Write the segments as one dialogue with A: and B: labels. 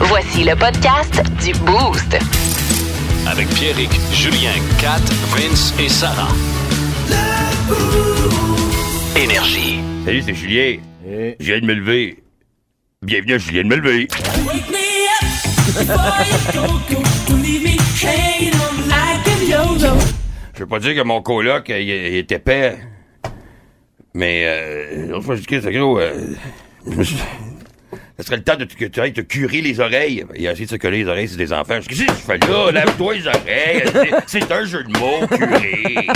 A: Voici le podcast du Boost.
B: Avec Pierrick, Julien, Kat, Vince et Sarah. Énergie.
C: Salut, c'est Julien. Je viens de me lever. Bienvenue à Julien de me lever.
D: Wake me up before you go, go, go leave me hanging on like a yo-yo.
C: Je veux pas dire que mon coloc, euh, il, il était épais. Mais, euh, l'autre fois, je dis, Christ, gros, euh, je me suis- ça serait le temps de te- que tu ailles te curer les oreilles. Il a essayé de se coller les oreilles sur des enfants. Je dis, qu'est-ce que tu fais là? Lave-toi les oreilles. C'est- C'est un jeu de mots, curer.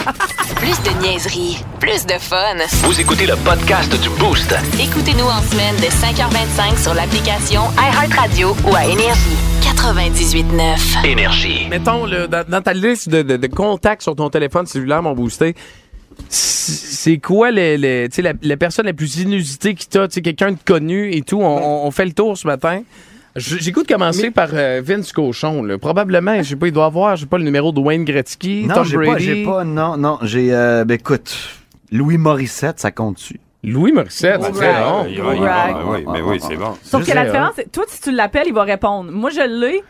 A: Plus de niaiserie, plus de fun.
B: Vous écoutez le podcast du Boost.
A: Écoutez-nous en semaine de 5h25 sur l'application iHeartRadio ou à Énergie. 98.9.
B: Énergie.
E: Mettons, là, dans, dans ta liste de, de- de contacts sur ton téléphone cellulaire, mon boosté, c- c'est quoi les, les- tu sais, la, la personne la plus inusitée qui t'a? tu sais, Quelqu'un de connu et tout. On, on- on fait le tour ce matin. J- J'ai goût de commencer par euh, Vince Cochon. là. Probablement, je sais pas, il doit avoir, je sais pas, le numéro de Wayne Gretzky,
F: Non,
E: Tom
F: j'ai pas,
E: Brady,
F: j'ai pas, non, non, j'ai, euh, ben écoute, Louis Morissette, ça compte-tu?
E: Louis Morissette.
G: Right.
E: c'est bon.
C: Il va- il va- ben oui, mais oui, c'est bon.
G: Sauf
E: Je
G: que la
E: sais,
G: différence, c'est toi, si tu l'appelles, il va répondre. Moi, je l'ai,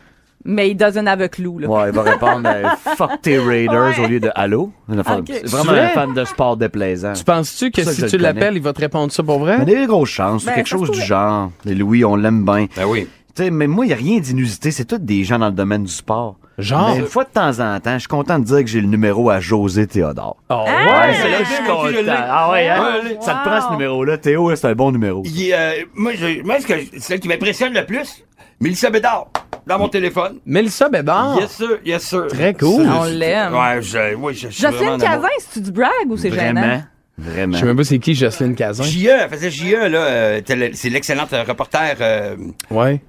G: mais il doesn't have a clue. Là.
F: Ouais, il va répondre à Fuck tes Raiders
G: Ouais.
F: au lieu de Allô. Un enfant-
G: Ok.
F: c'est
E: Tu
F: Vraiment
E: sais?
F: un fan de sport déplaisant.
E: Tu penses-tu que
F: Ça,
E: si
F: je
E: tu
F: le connais.
E: l'appelles, il va te répondre ça pour vrai?
F: Mais des grosses chances, ou
G: Ben,
F: quelque
G: ça se
F: chose du
G: pourrait.
F: genre. Mais Louis, on l'aime bien.
C: Ben oui.
F: Tu sais, mais moi, il n'y a rien d'inusité. C'est tous des gens dans le domaine du sport.
E: Genre?
G: Ah.
F: Mais une fois de temps en temps, je suis content de dire que j'ai le numéro à José Théodore.
G: Ah.
E: Oh,
F: Ouais,
C: c'est là que je suis content.
F: Ah ouais, hein?
C: Ouais,
F: Ça te
G: wow.
F: prend ce numéro-là. Théo, c'est un bon numéro.
C: Il, euh, moi, je, moi, ce que- celle qui m'impressionne le plus, Mélissa Bédard, dans mon téléphone.
E: Mélissa Bédard.
C: Yes, sir, yes, sir.
E: Très cool.
G: On l'aime.
C: Ouais, je, oui, je suis
G: Jocelyne
C: vraiment en amour.
G: Cazin, c'est-tu du brag ou c'est gênant?
F: Vraiment. Vraiment.
E: Je sais même pas c'est qui, Jocelyne Cazin.
C: JE, elle E, faisait JE, là, euh, télé- c'est l'excellente euh, reporter. euh,
E: Ouais.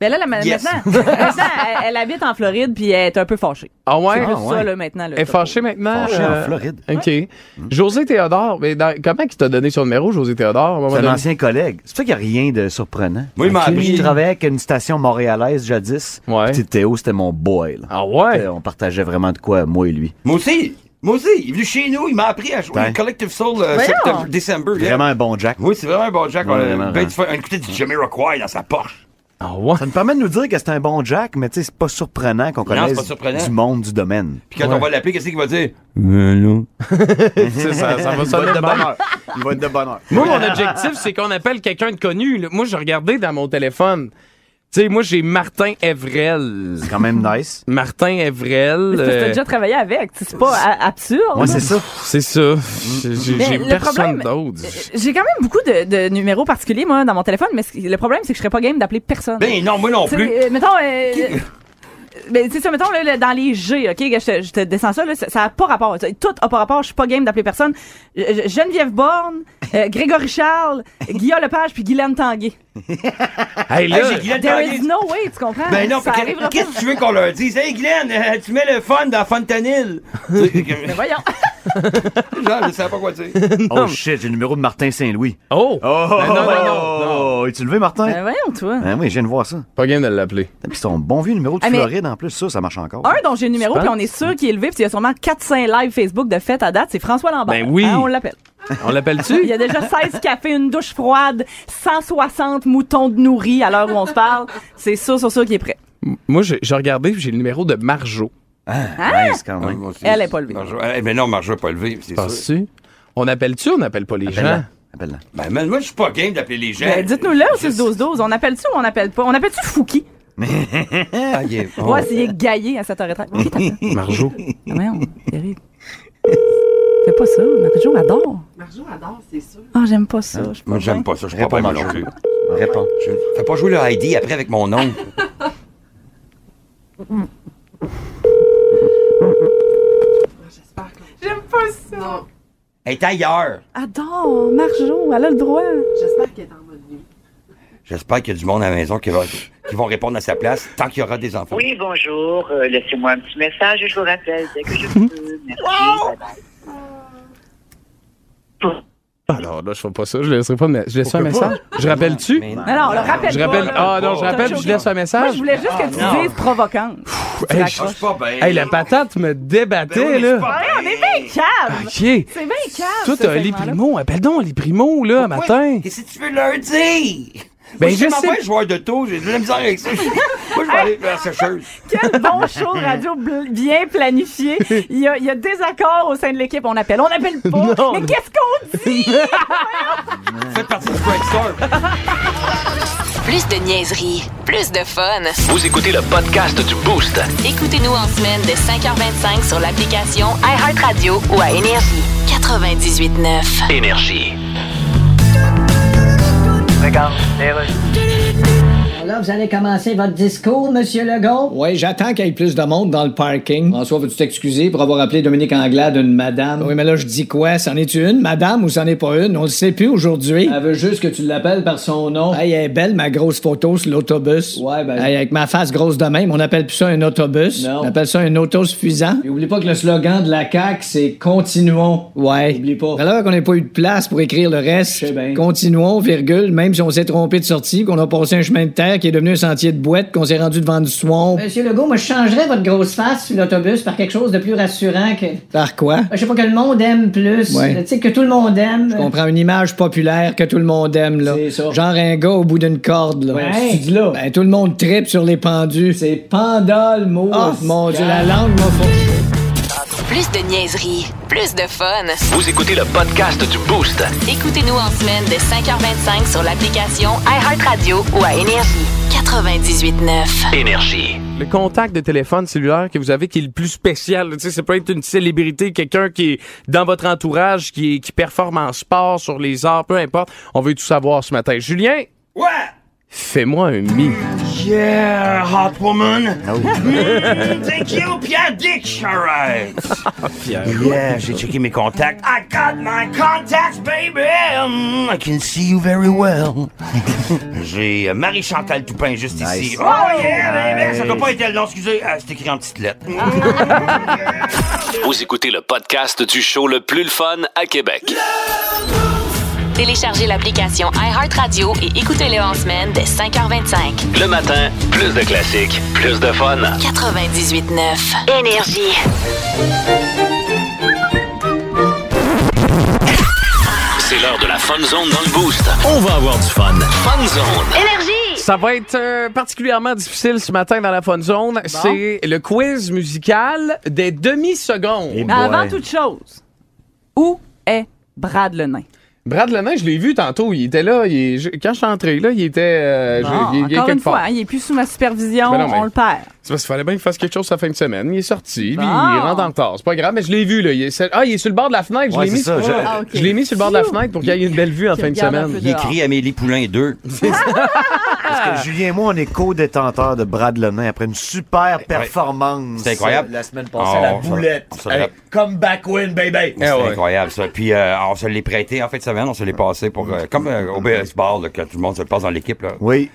G: Ben là, la, ma-
C: Yes.
G: maintenant, maintenant, elle, elle habite en Floride puis elle est un peu fâchée.
E: Ah ouais?
G: C'est juste
F: ouais.
G: ça, là, maintenant. Là,
E: Elle est fâchée maintenant?
F: Fâchée en
E: euh,
F: Floride. Hmm.
E: OK. José Théodore, mais dans- comment il t'a donné son numéro, José Théodore? à un moment
F: C'est
E: donné?
F: un ancien collègue. C'est pour ça qu'il n'y a rien de surprenant.
C: Moi, il m'a
F: Ok.
C: appris.
F: Je travaillais avec une station montréalaise jadis.
E: Ouais.
F: Petit Théo, c'était mon boy. là.
E: Ah ouais?
F: Euh, On partageait vraiment de quoi, moi et lui.
C: Moi aussi, moi aussi, il est venu chez nous, il m'a appris à jouer
F: Ouais.
C: Collective Soul euh,
G: Voyons.
C: septembre, décembre. yeah.
F: Vraiment un bon Jack.
C: Oui, c'est vraiment un bon Jack.
F: Ouais,
C: on, a
F: vraiment,
C: ben
F: vraiment.
C: du fun. on écoutait du Jamiroquai dans sa Porsche.
E: Ah ouais?
F: Ça nous permet de nous dire que c'est un bon Jack, mais tu sais, c'est pas surprenant qu'on
C: c'est
F: connaisse
C: pas surprenant.
F: du monde, du domaine.
C: Puis quand
E: Ouais.
C: on va l'appeler, qu'est-ce qu'il va dire?
E: C'est ça, ça va sonner bon.
F: Il va être de bonheur.
E: Moi, mon objectif, c'est qu'on appelle quelqu'un de connu. là. Moi, je regardais dans mon téléphone. Tu sais, moi, j'ai Martin Evrel.
F: C'est quand même nice.
E: Martin Evrel.
G: Tu
E: euh,
G: as déjà travaillé avec. tu sais, C'est pas a- absurde.
F: Moi,
G: là.
F: c'est ça.
E: c'est ça. J'ai- J'ai
G: Mais
E: j'ai
G: le
E: personne
G: problème- euh,
E: d'autre.
G: J'ai quand même beaucoup de, de numéros particuliers, moi, dans mon téléphone, mais c- le problème, c'est que je serais pas game d'appeler personne.
C: Ben non, moi non
G: Tu sais,
C: plus.
G: euh, mettons. euh, euh, ben, c'est ça, mettons, là, le- dans les G, OK, que je te, je te descends ça, là, ça n'a pas rapport. Ça- Tout n'a pas rapport, je suis pas game d'appeler personne. Je- je- Geneviève Borne, euh, Grégory Charles, Guillaume Lepage, puis Guylaine Tanguay.
E: Hey, là,
C: Hey, j'ai Guylaine
G: There
C: Tanguay.
G: is no way, tu comprends?
C: Ben non,
G: ça
C: parce que-
G: arrivera pas.
C: qu'est-ce que tu veux qu'on leur dise? Hey Glenn, euh, tu mets le fun dans Fontanil. Tu sais, que-
G: Ben voyons.
C: Genre, je savais pas quoi dire.
F: Oh shit, j'ai le numéro de Martin Saint-Louis.
E: oh!
F: Oh!
E: non, non,
F: Es-tu levé, Martin?
G: ben voyons, toi.
C: Hein?
F: Ben oui, je viens de voir ça.
E: Pas game de l'appeler.
F: Puis son bon vieux numéro de
G: Ah, mais-
F: Floride, en plus, ça, ça marche encore.
G: Un dont j'ai le numéro,
E: Tu
G: puis on est sûr qu'il est élevé, puis il y a sûrement 400 lives Facebook de fête à date, c'est François Lambert.
E: Ben oui.
G: Hein, on l'appelle.
E: On
G: Il
E: l'appelle-tu?
G: y a déjà 16 cafés, une douche froide, 160 moutons de nourris à l'heure où on se parle. C'est sûr, sûr, sûr qu'il est prêt.
E: Moi, j'ai j'ai regardé, puis j'ai le numéro de Marjo.
G: hein?
F: Nice, quand
C: Ah,
F: même.
G: Elle est pas levée.
C: Marjo- elle- mais non, Marjo est pas levée, c'est sûr.
E: Penses-tu? On appelle-tu ou on n'appelle pas les gens?
F: Appelle-la. Appelle-la.
C: Ben, man, moi, je suis pas game d'appeler les gens.
G: Ben, dites-nous là au
C: Je-
G: 6-12-12. On appelle-tu ou on appelle pas? On appelle-tu Fouki?
C: Ah, il est-
G: On va essayer de gailler à 7h30. Fouki, t'appelles?
E: Oh. Marjo.
G: Ah, Voyons, terrible. Fais pas ça. Marjo adore. Marjo adore, c'est sûr. Ah, j'aime pas ça. je suis
C: Moi,
G: bien.
C: j'aime pas ça. Je suis pas
F: Réponds,
C: mal non
F: Marjo.
C: plus.
F: Réponds.
C: Je fais pas jouer le Heidi après avec mon oncle.
G: J'aime pas ça.
C: Elle est ailleurs.
E: Ah.
G: Adore, Marjo, elle a le droit.
C: J'espère qu'il y a du monde à la maison qui, va, qui vont répondre à sa place tant qu'il y aura des enfants.
H: Oui, bonjour. Euh, Laissez-moi un petit message et je vous rappelle dès que je peux. Merci. Bye bye.
E: Alors là, je fais pas ça. Je laisserai pas. Mais je laisse un message. Je rappelle-tu?
C: Mais
G: Non, non, on le rappelle
E: Ah. Je
G: pas,
E: rappelle.
G: là.
E: Ah non, je rappelle. puis Je laisse un
G: Moi,
E: message.
G: je voulais juste que
E: Ah,
G: tu
C: non.
G: dises provocante.
E: Hey,
G: la
E: je-
C: Ah, je suis pas bien.
E: Hey, la patate me débattait là.
G: Ouais, Ah, on est bien calme.
E: Ok.
G: C'est bien calme.
E: Toi,
G: ce
E: t'as les
G: segment-là.
E: primo. Appelle donc les primo là matin.
C: Qu'est-ce que tu veux leur dire?
E: Ben,
C: je
E: je
C: sais.
E: sais.
C: pas joueur de taux, j'ai de la misère avec ça. Moi, je vais aller vers la sécheuse.
G: Quel bon show radio bl- bien planifié. Il y, a, il y a des accords au sein de l'équipe. On appelle, on appelle pas.
E: Non.
G: Mais qu'est-ce qu'on dit?
C: Faites partie du brainstorm.
A: Plus de niaiserie, plus de fun.
B: Vous écoutez le podcast du Boost.
A: Écoutez-nous en semaine de 5h25 sur l'application iHeartRadio ou à Énergie. 98.9.
B: Énergie.
I: Là, vous allez commencer votre discours, Monsieur Legault.
J: Oui, j'attends qu'il y ait plus de monde dans le parking. François, veux-tu t'excuser pour avoir appelé Dominique Anglade une madame? Oui, mais là, je dis quoi? C'en est une, madame, ou c'en est pas une? On le sait plus aujourd'hui. Elle veut juste que tu l'appelles par son nom. Hey, elle est belle, ma grosse photo sur l'autobus. Ouais, ben... Hey, avec ma face grosse de même, on appelle plus ça un autobus. On appelle ça un autosuffisant. Et oublie pas que le slogan de la CAQ, c'est « Continuons ». Ouais. Oublie pas. Alors qu'on n'a pas eu de place pour écrire le reste, continuons, virgule, même si on s'est trompé de sortie, qu'on a passé un chemin de terre qui est devenu un sentier de boîte, qu'on s'est rendu devant du swamp.
I: Monsieur Legault, moi, je changerais votre grosse face sur l'autobus par quelque chose de plus rassurant que. Ben,
J: Par quoi?
I: Je sais pas, que le monde aime plus.
J: Ouais.
I: Tu sais, que tout le monde aime.
J: On prend une image populaire que tout le monde aime, là. Genre un gars au bout d'une corde, là.
I: Ouais, c'est
J: là. Ben, tout le monde tripe sur les pendus. C'est panda, le mot. Oh, mon Dieu, la
I: Ah.
J: langue m'a fourché.
A: Plus de niaiserie, plus de fun.
B: Vous écoutez le podcast du Boost.
A: Écoutez-nous en semaine de 5h25 sur l'application iHeartRadio ou à Énergie. 98.9.
B: Énergie.
E: Le contact de téléphone cellulaire que vous avez qui est le plus spécial, tu sais, ça peut être une célébrité, quelqu'un qui est dans votre entourage, qui, est- qui performe en sport, sur les arts, peu importe. On veut tout savoir ce matin. Julien,
C: Ouais!
E: fais-moi un mi.
C: Yeah, hot woman. Mm, thank you, Pierre Dick. All right. Yeah, j'ai checké mes contacts. I got my contacts, baby. Mm, I can see you very well. j'ai euh, Marie-Chantal Toupin juste ici. Oh yeah, baby. Ça doit pas être elle. Non, excusez. Ah, c'est écrit en petites lettres.
B: Vous écoutez le podcast du show le plus le fun à Québec.
A: Téléchargez l'application iHeartRadio et écoutez-le en semaine de 5h25.
B: Le matin, plus de classiques, plus de fun.
A: 98.9. Énergie.
B: C'est l'heure de la Fun Zone dans le Boost. On va avoir du fun. Fun Zone.
E: Ça va être euh, particulièrement difficile ce matin dans la Fun Zone. C'est le quiz musical des demi-secondes.
G: Mais avant toute chose, où est Brad le nain?
E: Brad Lenin, je l'ai vu tantôt. Il était là. il est- je- quand je suis entré, là, il était. euh, je-
G: Bon,
E: il, il est
G: encore
E: quelque
G: une fois,
E: part.
G: hein, il est plus sous ma supervision,
E: Ben non, mais-
G: on le perd.
E: C'est parce qu'il fallait bien qu'il fasse quelque chose sa fin de semaine. Il est sorti, puis il
G: Bon.
E: rentre en retard. C'est pas grave, mais je l'ai vu, là. Il est, sur- ah, il est sur le bord de la fenêtre. Je
F: Ouais,
E: l'ai
F: c'est
E: mis.
F: ça,
E: sur-
F: je-
G: Ah, ok.
E: Je l'ai mis sur le bord de la
G: Phew.
E: fenêtre pour qu'il y ait une belle vue en
G: Qu'il
E: fin de
G: regarde un
E: semaine.
G: peu dehors.
C: Amélie Poulain 2.
F: Parce que Euh, Julien et moi, on est co-détenteurs de Brad Lenin après une super performance.
C: C'est incroyable.
F: euh, La semaine passée,
C: Oh,
F: la
C: on se-
F: boulette.
C: on se le
F: Hey,
C: rappelle.
F: come back win, baby. Eh
C: C'est incroyable ça. Puis euh, on se l'est prêté en fait de semaine, on se l'est passé pour euh, comme euh, au BS Bar là, quand tout le monde se le passe dans l'équipe là.
F: Oui.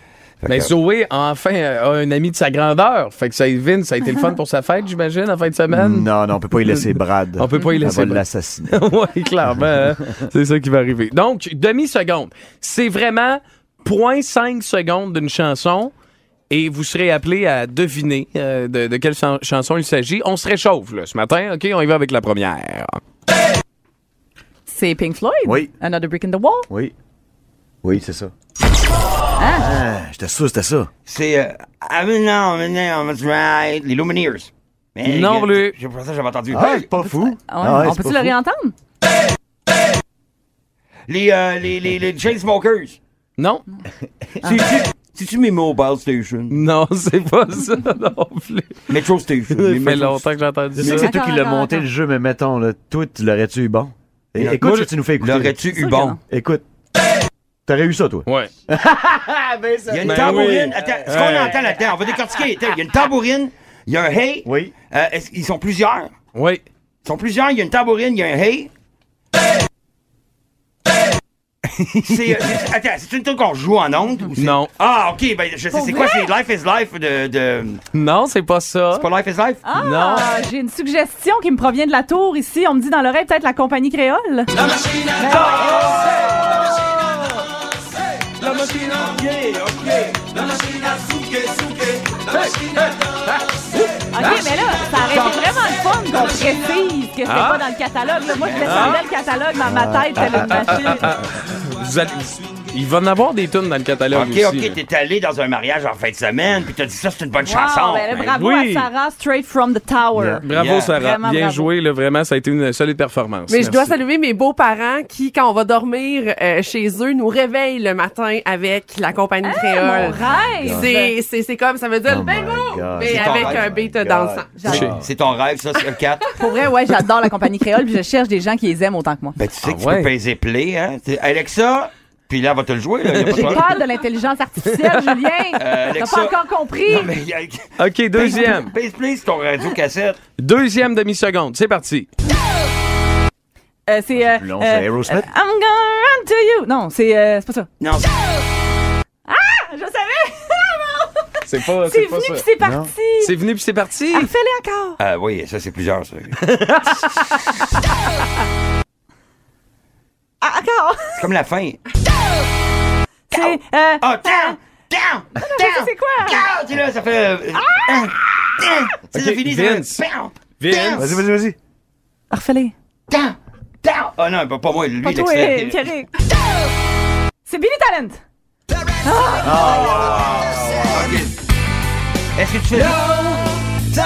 E: Mais Zoé, enfin, euh, a un ami de sa grandeur. Fait que ça, Vin, ça a été le fun pour sa fête, j'imagine, en fin de semaine.
F: Non, non, on peut pas y laisser Brad.
E: Hum. On peut pas y laisser
F: On va
E: Brad.
F: l'assassiner.
E: oui, clairement. hein. C'est ça qui va arriver. Donc, demi-seconde. C'est vraiment 0.5 secondes d'une chanson et vous serez appelé à deviner euh, de, de quelle chan- chanson il s'agit. On se réchauffe là, ce matin. OK, on y va avec la première.
G: C'est Pink Floyd?
F: Oui.
G: Another Brick in the Wall?
F: Oui. Oui, c'est ça. Ah, J'étais sûr, que c'était ça.
C: C'est euh, Ah, mais non, mais non, mais right. Les Lumineers. Mais,
E: Non,
C: euh,
E: bleu.
C: J'ai pour ça j'avais entendu.
F: Ah,
C: Hey,
F: c'est pas fou.
G: Ah ouais, on
F: c'est
G: peut-tu
F: pas
G: le
F: fou.
G: réentendre?
C: Les euh, les les les Chainsmokers.
E: Non, Ah.
C: C'est tu mes Mobile Station,
E: non, c'est pas ça non plus.
C: Metro
E: Ça
C: Station. les
E: fait
C: Metro-
E: longtemps que j'ai entendu
F: Je sais
E: ça.
F: que c'est toi qui l'as
G: Attends,
F: monté
G: attends.
F: le jeu, mais mettons, là, toi, tu l'aurais-tu eu bon? É-
C: Moi,
F: Écoute ce
C: je-
F: que tu nous fais écouter.
C: L'aurais-tu eu
G: sûr que
C: bon?
G: non.
F: Écoute. T'aurais eu ça, toi?
E: Ouais.
C: Il y a une
E: Ben
C: tambourine.
E: oui.
C: Attends, ce qu'on entend là-dedans, on va décortiquer. Attends, Il y a une tambourine, il y a un hey.
F: Oui.
C: Euh, est-ce- ils sont plusieurs.
E: Oui.
C: Ils sont plusieurs, il y a une tambourine, il y a un hey. c'est, euh, c'est- attends, c'est une truc qu'on joue en ondes? ou c'est-
E: Non.
C: Ah, ok, ben je sais, c'est quoi? C'est Life is Life de. de-
E: Non, c'est pas ça.
C: C'est pas Life is Life?
G: Ah,
E: Non.
G: j'ai une suggestion qui me provient de la tour ici. On me dit dans l'oreille peut-être la compagnie créole. Ben Oh, OK, mais là, ça aurait été vraiment le fun qu'on précise que c'était
E: Ah.
G: pas Ah. dans le catalogue. là. Moi, je descendais le catalogue dans ma tête, telle une machine.
E: Vous allez, Il va en avoir des tunes dans le catalogue
C: OK,
E: aussi. hein.
C: OK, t'es allé dans un mariage en fin de semaine, puis t'as dit ça, c'est une bonne
G: Wow,
C: chanson.
G: ben,
C: Ben
G: bravo
E: oui.
G: à Sarah, straight from the tower.
E: Bravo,
C: Yeah.
E: Sarah.
G: Vraiment
E: Bien
G: bravo.
E: joué, là, vraiment, ça a été une solide performance.
K: Mais je dois
E: Merci.
K: saluer mes beaux-parents qui, quand on va dormir euh, chez eux, nous réveillent le matin avec la compagnie
G: Ah!
K: créole.
G: mon rêve!
K: C'est- C'est c'est comme,
F: Oh
K: ça veut dire le bingo,
C: God.
K: mais
G: ben,
C: C'est ton
K: avec
C: rêve.
K: un beat dansant.
C: C'est- C'est ton rêve, ça, c'est le 4.
G: Pour vrai, ouais, j'adore la compagnie créole, puis je cherche des gens qui les aiment autant que moi.
C: Ben, tu
E: Ah
C: sais que tu
G: ouais.
C: peux peser play, hein. Tu- Alexa, puis là, elle va te le jouer, là. y a pas de
G: J'ai
C: problème.
G: peur de l'intelligence artificielle, Julien.
C: Euh,
G: T'as
C: Alexa-
G: pas encore compris.
C: Non, mais y a-
E: OK, deuxième.
C: Base please ton radio cassette.
E: Deuxième demi-seconde, c'est parti.
G: Euh, c'est euh,
E: plus long,
G: euh,
E: c'est Aerosmith.
G: euh, I'm gonna run to you. Non, c'est euh, c'est pas ça.
C: Non.
G: Ah, je savais.
E: C'est pas,
G: C'est venu puis c'est parti.
E: C'est venu puis c'est parti.
G: Ah, Fais-le encore.
C: Ah oui, ça, c'est plusieurs, ça.
G: Ah, encore.
C: C'est comme la fin.
G: C'est euh,
C: oh, down, down,
G: down. C'est quoi?
C: Down, tu là, ça fait. euh, un, un. C'est
F: Ok,
C: fini, ça
F: Vince.
C: fait. Bam,
F: Vas-y,
C: bam.
F: vas-y, vas-y.
G: Refais-les.
C: Down, down. Oh non, pas- pas moi, lui,
G: Pas toi,
C: l'extrait.
G: euh, Pierrick. C'est Billy Talent.
C: Est-ce que tu fais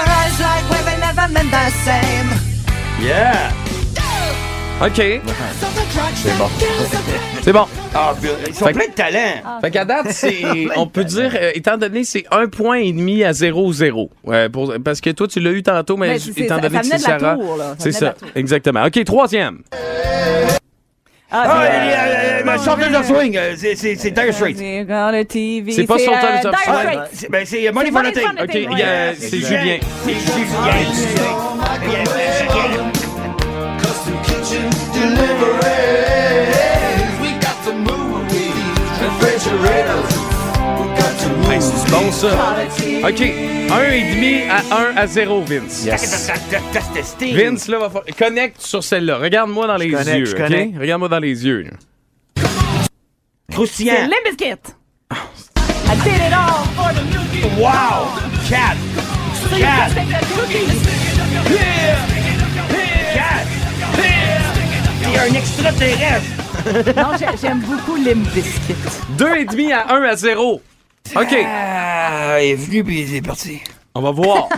C: Yeah!
G: Ah.
E: OK. C'est bon. C'est bon.
C: Ah, ils sont pleins de
G: Ah.
C: talent.
E: Fait qu'à date,
G: Oh
E: c'est- on peut dire, euh, étant donné, c'est un point et demi à 0-0. Ouais, pour- parce que toi, tu l'as eu tantôt, mais,
G: Mais
E: j-
G: Ben, c'est-
E: étant
G: ça-
E: donné
G: ça
E: que c'est
G: venait de la
E: Sarah.
G: tour, là. Ça
E: C'est
G: venait de la
E: ça, exactement. OK, troisième.
C: Ah,
G: c'est,
C: il y a- euh, ma chanteuse de swing, euh, c'est- c'est c'est Dire Straits.
G: C'est quand le TV.
E: C'est pas
G: c'est,
E: son
G: euh,
E: Talent of
G: Dire
E: Swing.
G: Straits.
C: C'est- Ben, c'est Money for
G: Money
C: Nothing.
G: for Nothing,
E: OK, il y a-
G: ouais.
E: c'est Julien.
C: C'est Julien.
E: Hey, c'est bon, ça. OK, un et demi à 1 à 0, Vince. Vince, là, va fa- connecte sur celle-là. Regarde-moi dans les
F: connecte,
E: yeux,
F: je
E: OK?
F: connecte.
E: Regarde-moi dans les yeux.
G: C'est
C: Croustillant.
G: les biscuits. I did it all for the milky.
C: Wow! Cat!
G: So you
C: Cat.
G: can take that cookie.
C: Cat! Il y a un extraterrestre!
G: Non, j'ai- j'aime beaucoup les biscuits.
E: Deux et demi à 1 à 0. OK,
C: Ah, il est venu puis il est parti.
E: on va voir.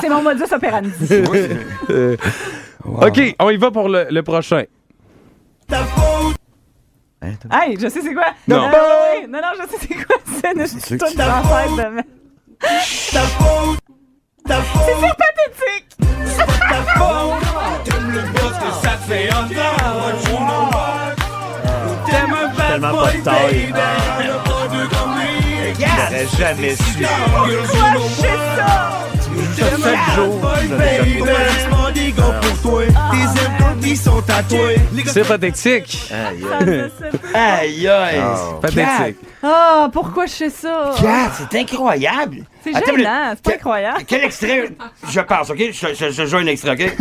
G: C'est mon modus operandi.
E: OK, on y va pour le, le prochain.
G: Hey, je sais c'est quoi.
E: Non.
G: non, oui, non, non, je sais c'est quoi. C'est une
F: sûr
G: toute
F: que
G: dans
F: tu-
G: la tête de ma- C'est super pathétique.
F: Tellement pas de taille. J'aurais jamais su.
G: Crochez ça.
E: C'est pathétique.
C: Aïe, aïe!
E: Pathétique.
G: Ah, pourquoi je sais ça?
C: Cat, c'est incroyable!
G: C'est
C: Attends, mais-
G: gênant, c'est pas
C: Quel-
G: incroyable.
C: Quel extrait je passe, OK? Je, je, je joue un extrait, OK?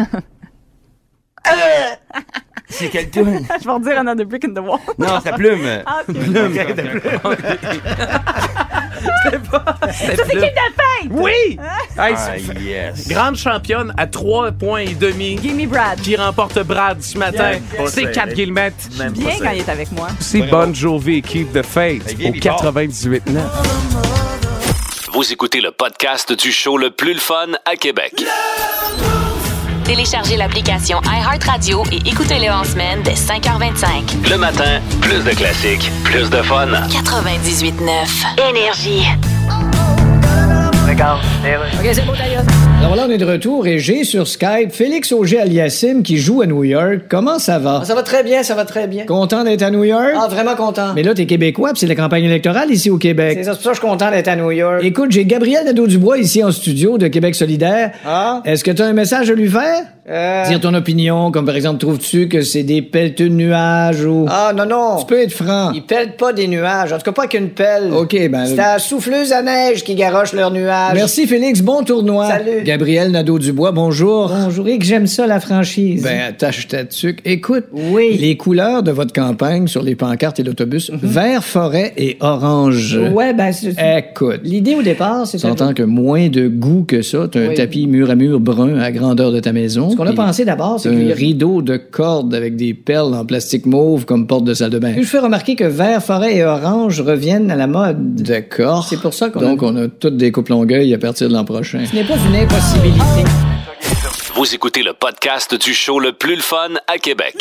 C: Euh, c'est quel tune?
G: Je vais redire Another Brick in the Wall.
C: Non, c'est la plume.
G: Ah, ok.
C: Ok, ta plume.
G: Ça, c'est qui de fête?
E: Oui! Hey,
C: Ah,
E: c'est-
C: yes.
E: Grande championne à 3 points et demi
G: Gimme Brad.
E: qui remporte Brad ce matin.
F: Bien,
E: C'est
F: bien.
E: Kat Guillemette.
F: Même
G: Bien
F: pas
G: quand
F: ça.
G: il est avec moi.
E: C'est Bon Jovi, Keep the Faith
C: Hey,
E: au
C: Gabe, il part.
E: 98.9.
B: Vous écoutez le podcast du show le plus le fun à Québec.
A: Téléchargez l'application iHeartRadio et écoutez-le en semaine dès 5h25.
B: Le matin, plus de classiques, plus de fun.
A: 98.9. Énergie.
J: Alors là, on est de retour et j'ai sur Skype Félix Auger Aliassim qui joue à New York. Comment ça va?
I: Ah, Ça va très bien, ça va très bien.
J: Content d'être à New York?
I: Ah, vraiment content.
J: Mais là, t'es québécois, puis c'est la campagne électorale ici au
I: C'est
J: Québec.
I: ça, c'est pour ça que je suis content d'être à New York.
J: Écoute, j'ai Gabriel Nadeau-Dubois ici en studio de Québec solidaire.
I: Ah?
J: Est-ce que t'as un message à lui faire?
I: Euh,
J: Dire ton opinion, comme par exemple, trouves-tu que c'est des pelleteux de nuages ou...
I: Ah, non, non.
J: Tu peux être franc.
I: Ils pellent pas des nuages. En tout cas, pas qu'une pelle.
J: OK, ben...
I: C'est la souffleuse à neige qui garoche leurs nuages.
J: Merci Félix, bon tournoi.
I: Salut.
J: Gabriel Nadeau-Dubois, bonjour.
I: Bonjour, et que j'aime ça, la franchise.
J: Ben, attache ta tuque. Écoute, les couleurs de votre campagne sur les pancartes et
I: Mhm.
J: l'autobus, vert, forêt et orange. Euh,
I: ouais, ben, c'est-
J: Écoute.
I: l'idée au départ, c'est
J: Tu entends que moins de goût que ça, t'as un
I: Oui.
J: tapis mur à mur brun à grandeur de ta maison.
I: Ce qu'on a
J: Puis
I: pensé d'abord, c'est
J: t'as
I: qu'il y
J: un
I: a-
J: rideau de cordes avec des perles en plastique mauve comme porte de salle de bain.
I: Puis je fais remarquer que vert, forêt et orange reviennent à la mode.
J: D'accord.
I: C'est pour ça qu'on a-
J: Donc, on a toutes des coupes longueuil à partir de l'an prochain.
I: Ce n'est pas une impossibilité.
B: Vous écoutez le podcast du show le plus le fun à Québec.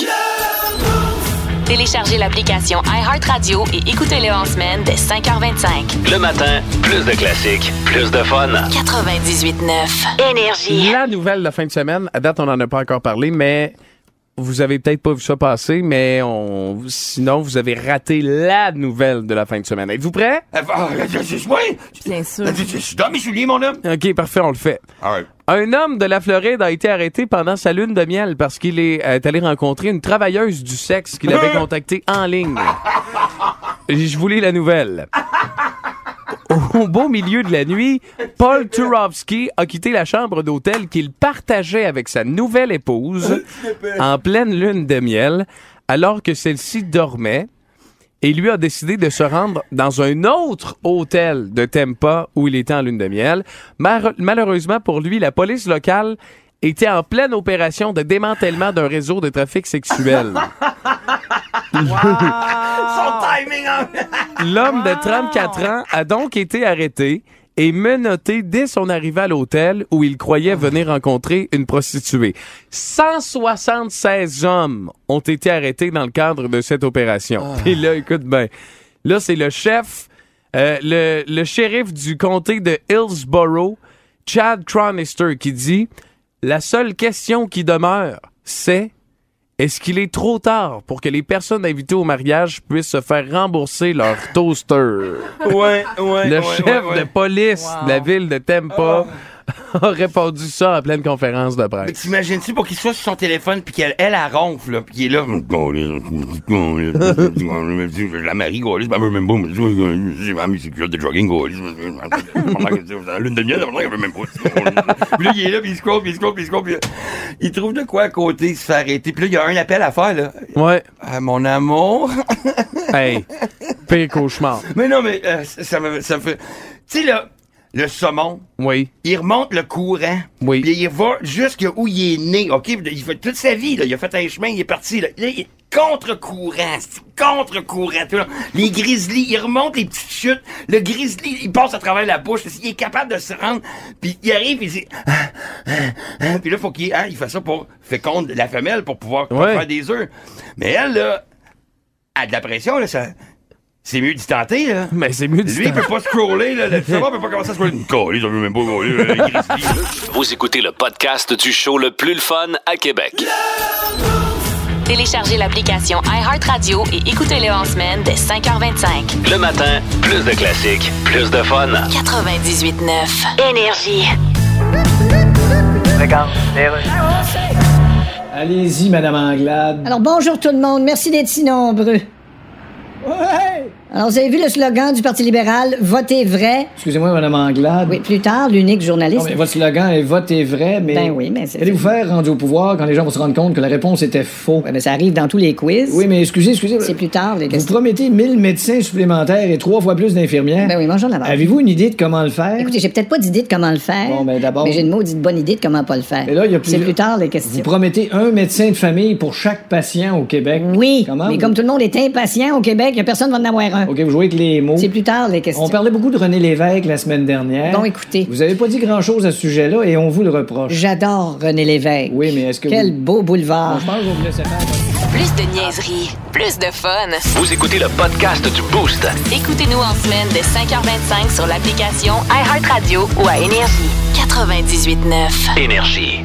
A: Téléchargez l'application iHeartRadio et écoutez-le en semaine dès 5h25.
B: Le matin, plus de classiques, plus de fun.
A: 98.9 Énergie.
E: La nouvelle de la fin de semaine, à date, on n'en a pas encore parlé, mais vous avez peut-être pas vu ça passer, mais on... sinon, vous avez raté la nouvelle de la fin de semaine. Êtes-vous prêts?
K: Bien sûr.
C: Je dois mes souliers, mon homme.
E: OK, parfait, on le fait. Un homme de la Floride a été arrêté pendant sa lune de miel parce qu'il est, euh, est allé rencontrer une travailleuse du sexe qu'il avait contactée en ligne. Je vous lis la nouvelle. Au beau milieu de la nuit, Paul Turovsky a quitté la chambre d'hôtel qu'il partageait avec sa nouvelle épouse en pleine lune de miel, alors que celle-ci dormait et lui a décidé de se rendre dans un autre hôtel de Tempa où il était en lune de miel. Mar- malheureusement pour lui, la police locale était en pleine opération de démantèlement d'un réseau de trafic sexuel.
C: Son timing, hein?
E: L'homme de 34 ans a donc été arrêté et menotté dès son arrivée à l'hôtel où il croyait venir rencontrer une prostituée. 176 hommes ont été arrêtés dans le cadre de cette opération. Puis là, écoute bien, là, c'est le chef, euh, le, le shérif du comté de Hillsborough, Chad Cronister, qui dit « La seule question qui demeure, c'est... » Est-ce qu'il est trop tard pour que les personnes invitées au mariage puissent se faire rembourser leur toaster?
C: Ouais, ouais.
E: Le
C: ouais,
E: chef
C: ouais, ouais. Ah.
E: de police de la ville de Tempa a répondu ça en pleine conférence de
C: Mais
E: presse.
C: t'imagines-tu pour qu'il soit sur son téléphone puis qu'elle elle, elle ronfle, là, puis qu'il est là. Je la marie, gaulliste, ben, même pas, mais j'ai ma mise culotte de jogging, gaulliste. Lune de miel, elle veut même pas. Puis là, il est là, puis il scroll, puis il scroll, puis il scroll, puis il trouve de quoi à côté, il se fait arrêter. Puis là, il y a un appel à faire, là.
E: Ouais.
C: Ah, mon amour.
E: Hey, pire cauchemar.
C: Mais non, mais euh, ça, me, ça me fait. Tu sais, là, le saumon,
E: Oui.
C: il remonte le courant.
E: Oui.
C: Puis il va jusqu'à où il est né. OK? Il fait toute sa vie, là. Il a fait un chemin, il est parti, là. Là, il est contre-courant. c'est Contre-courant. tout le long. Les grizzlies, il remonte les petites chutes. Le grizzly, il passe à travers la bouche. Il est capable de se rendre. Puis il arrive, puis il dit. Ah, ah, ah. Puis là, faut qu'il hein, il fait ça pour féconde la femelle pour pouvoir
E: Ouais.
C: faire des œufs. Mais elle, là, a de la pression, là. Ça... C'est mieux d'y tenter, là.
E: Mais c'est mieux
C: Lui, il
E: dit.
C: peut pas scroller, là. Le saumon peut pas commencer à scroller. Calé, ça veut même pas euh, scroller, là, le grizzly.
B: Vous écoutez le podcast du show le plus le fun à Québec.
A: Téléchargez l'application iHeartRadio et écoutez-le en semaine dès 5h25.
B: Le matin, plus de classiques, plus de fun.
A: 98.9 Énergie.
J: Allez-y, Madame Anglade.
I: Alors, bonjour tout le monde. Merci d'être si nombreux. Alors, vous avez vu le slogan du Parti libéral « Votez vrai
J: Excusez-moi, Madame Anglade. ».
I: Oui, plus tard, l'unique
J: Non,
I: journaliste...
J: mais votre slogan est vote est vrai, mais.
I: Ben oui, mais c'est-
J: Allez-vous faire rendu au pouvoir quand les gens vont se rendre compte que la réponse était faux?
I: Ouais, mais ça arrive dans tous les quiz.
J: Oui, mais excusez, excusez.
I: C'est plus tard, les
J: Vous
I: questions.
J: promettez 1000 médecins supplémentaires et trois fois plus d'infirmières.
I: Ben oui, bonjour la barre.
J: Avez-vous une idée de comment le faire?
I: Écoutez, j'ai peut-être pas d'idée de comment le faire.
J: Bon, ben, d'abord-
I: Mais j'ai une maudite bonne idée de comment pas le faire.
J: Mais là, il y a
I: C'est
J: plusieurs-
I: plus tard, les
J: vous
I: questions.
J: promettez un médecin de famille pour chaque patient au Québec.
I: Oui,
J: Comment
I: mais
J: vous-
I: comme tout le monde est impatient au Québec, y a personne va en avoir un.
J: OK, vous jouez avec les mots.
I: C'est plus tard, les questions.
J: On parlait beaucoup de René Lévesque la semaine dernière.
I: Bon, écoutez.
J: Vous avez pas dit grand-chose à ce sujet-là et on vous le reproche.
I: J'adore René Lévesque.
J: Oui, mais est-ce que
I: Quel
J: vous-
I: beau boulevard.
J: Je pense que vous me laissez faire.
A: Plus de niaiserie, plus de fun.
B: Vous écoutez le podcast du Boost.
A: Écoutez-nous en semaine de 5h25 sur l'application iHeartRadio ou à Énergie. 98.9
B: Énergie.